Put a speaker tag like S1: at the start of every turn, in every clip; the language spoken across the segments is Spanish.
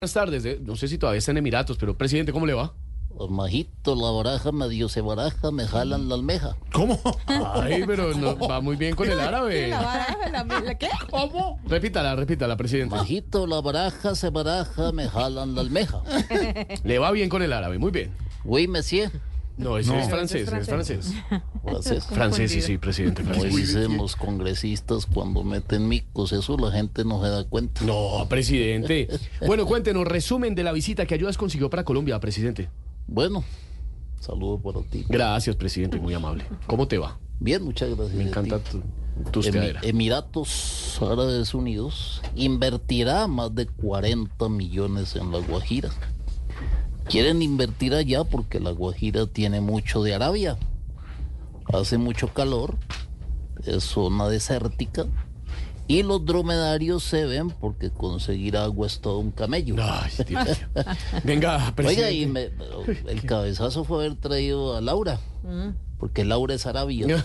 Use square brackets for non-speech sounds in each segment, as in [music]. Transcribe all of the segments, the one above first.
S1: Buenas tardes, eh, no sé si todavía está en Emiratos, pero presidente, ¿cómo le va?
S2: Pues, Majito, la baraja medio se baraja, me jalan la almeja.
S3: ¿Cómo?
S1: Ay, pero no, va muy bien con el árabe.
S4: baraja, la, la- ¿qué?
S1: ¿Cómo? Repítala, repítala, presidente.
S2: Majito, la baraja se baraja, me jalan la almeja.
S1: Le va bien con el árabe, muy bien.
S2: Oui, monsieur.
S1: No, ese es francés, es francés.
S2: Francés.
S1: Francés, sí, sí, presidente.
S2: Como
S1: francés.
S2: dicen los congresistas cuando meten micos, eso la gente no se da cuenta.
S1: No, presidente. Bueno, cuéntenos, resumen de la visita que Ayudas consiguió para Colombia, presidente.
S2: Bueno, saludo para ti.
S1: Gracias, presidente, muy amable. ¿Cómo te va?
S2: Bien, muchas gracias.
S1: Me
S2: a ti.
S1: encanta tu, tu
S2: Emi-
S1: hosteadera.
S2: Emiratos Árabes Unidos invertirá más de 40 millones en La Guajira. Quieren invertir allá porque La Guajira tiene mucho de Arabia. Hace mucho calor, es zona desértica y los dromedarios se ven porque conseguir agua es todo un camello.
S1: Ay, Dios mío. Venga, presidente.
S2: Oiga, y me- el cabezazo fue haber traído a Laura, porque Laura es arabia.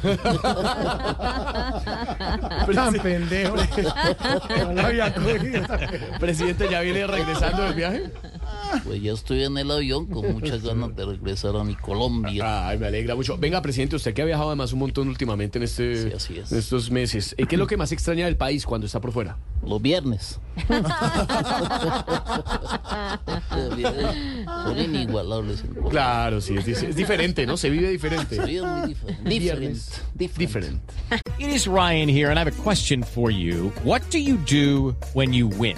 S3: Tan
S1: [laughs]
S3: pendejo. No la había cogido.
S1: Presidente, ¿ya viene regresando del viaje?
S2: Pues ya estoy en el avión con muchas ganas de regresar a mi Colombia.
S1: Ay, me alegra mucho. Venga, presidente, usted que ha viajado además un montón últimamente en, este,
S2: Sí, así es.
S1: en estos meses. ¿eh, ¿Qué es lo que más extraña del país cuando está por fuera?
S2: Los viernes. Son inigualables. en Colombia.
S1: Claro, sí, es, di- es diferente, ¿no? Se vive diferente.
S2: Sí, es muy diferente.
S1: Viernes.
S2: Diferente.
S1: Diferente.
S5: It is Ryan here, and I have a question for you. What do you do when you win?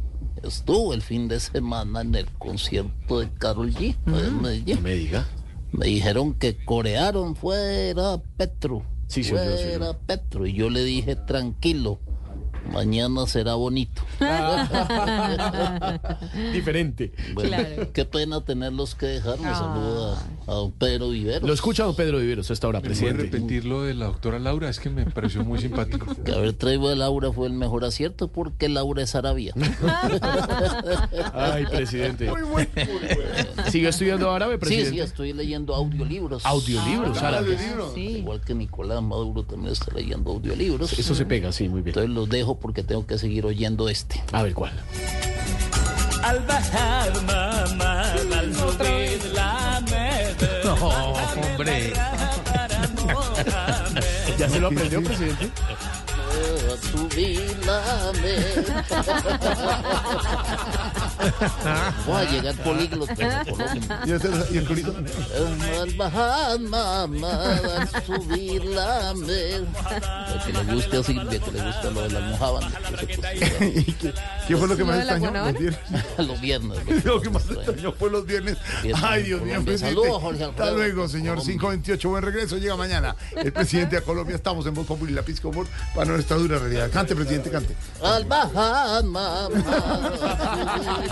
S2: estuvo el fin de semana en el concierto de Carol G. en Medellín.
S1: No me diga.
S2: Me dijeron que corearon fuera Petro.
S1: Sí, se oyó,
S2: fuera
S1: se oyó.
S2: Petro. Y yo le dije, tranquilo, mañana será bonito.
S1: Diferente.
S2: Bueno, [laughs] Qué pena tenerlos que dejar. Un saludo a, a don Pedro Viveros.
S1: Lo escucha don Pedro Viveros hasta ahora,
S6: Puede
S1: presidente.
S6: repetir lo de la doctora Laura, es que me pareció muy simpático.
S2: Que haber traído a Laura fue el mejor acierto porque Laura es Arabia.
S1: Ay, presidente. Muy bueno. ¿Sigue estudiando árabe,
S2: sí,
S1: presidente?
S2: sí, estoy leyendo audiolibros. Ah,
S1: Audiolibros árabes.
S2: Igual que Nicolás Maduro también está leyendo audiolibros.
S1: Eso se pega, sí, muy bien.
S2: Entonces los dejo porque tengo que seguir oyendo este.
S1: A ver, ¿cuál?
S7: Al bajar mamá, al subir la meta. No, hombre.
S1: [laughs] ¿Ya se lo aprendió, presidente?
S2: Puedo jubilarme. Voy a llegar políglota.
S3: Y este- y el corito.
S2: Al bajar, mamá, al subir la mer. Al que le guste a Silvia, que le gusta lo de la mojaban.
S3: [laughs] ¿Y qué, qué fue lo que más
S4: de la
S3: extrañó?
S4: guanábana?
S3: Los viernes.
S2: [laughs] Los viernes.
S3: Lo que más extrañó fue los viernes.
S2: Viernes
S3: Ay, Dios
S2: en
S3: mío.
S2: Colombia.
S3: presidente.
S2: Saludos, Jorge
S3: Hasta
S2: Alfredo.
S3: luego, señor.
S2: Colombia.
S3: 528. Buen regreso. Llega mañana. El presidente de Colombia. Estamos en Voz Popular y la Pisco Humor para nuestra dura realidad. Cante, presidente, cante.
S2: Al bajar, mamá, al subir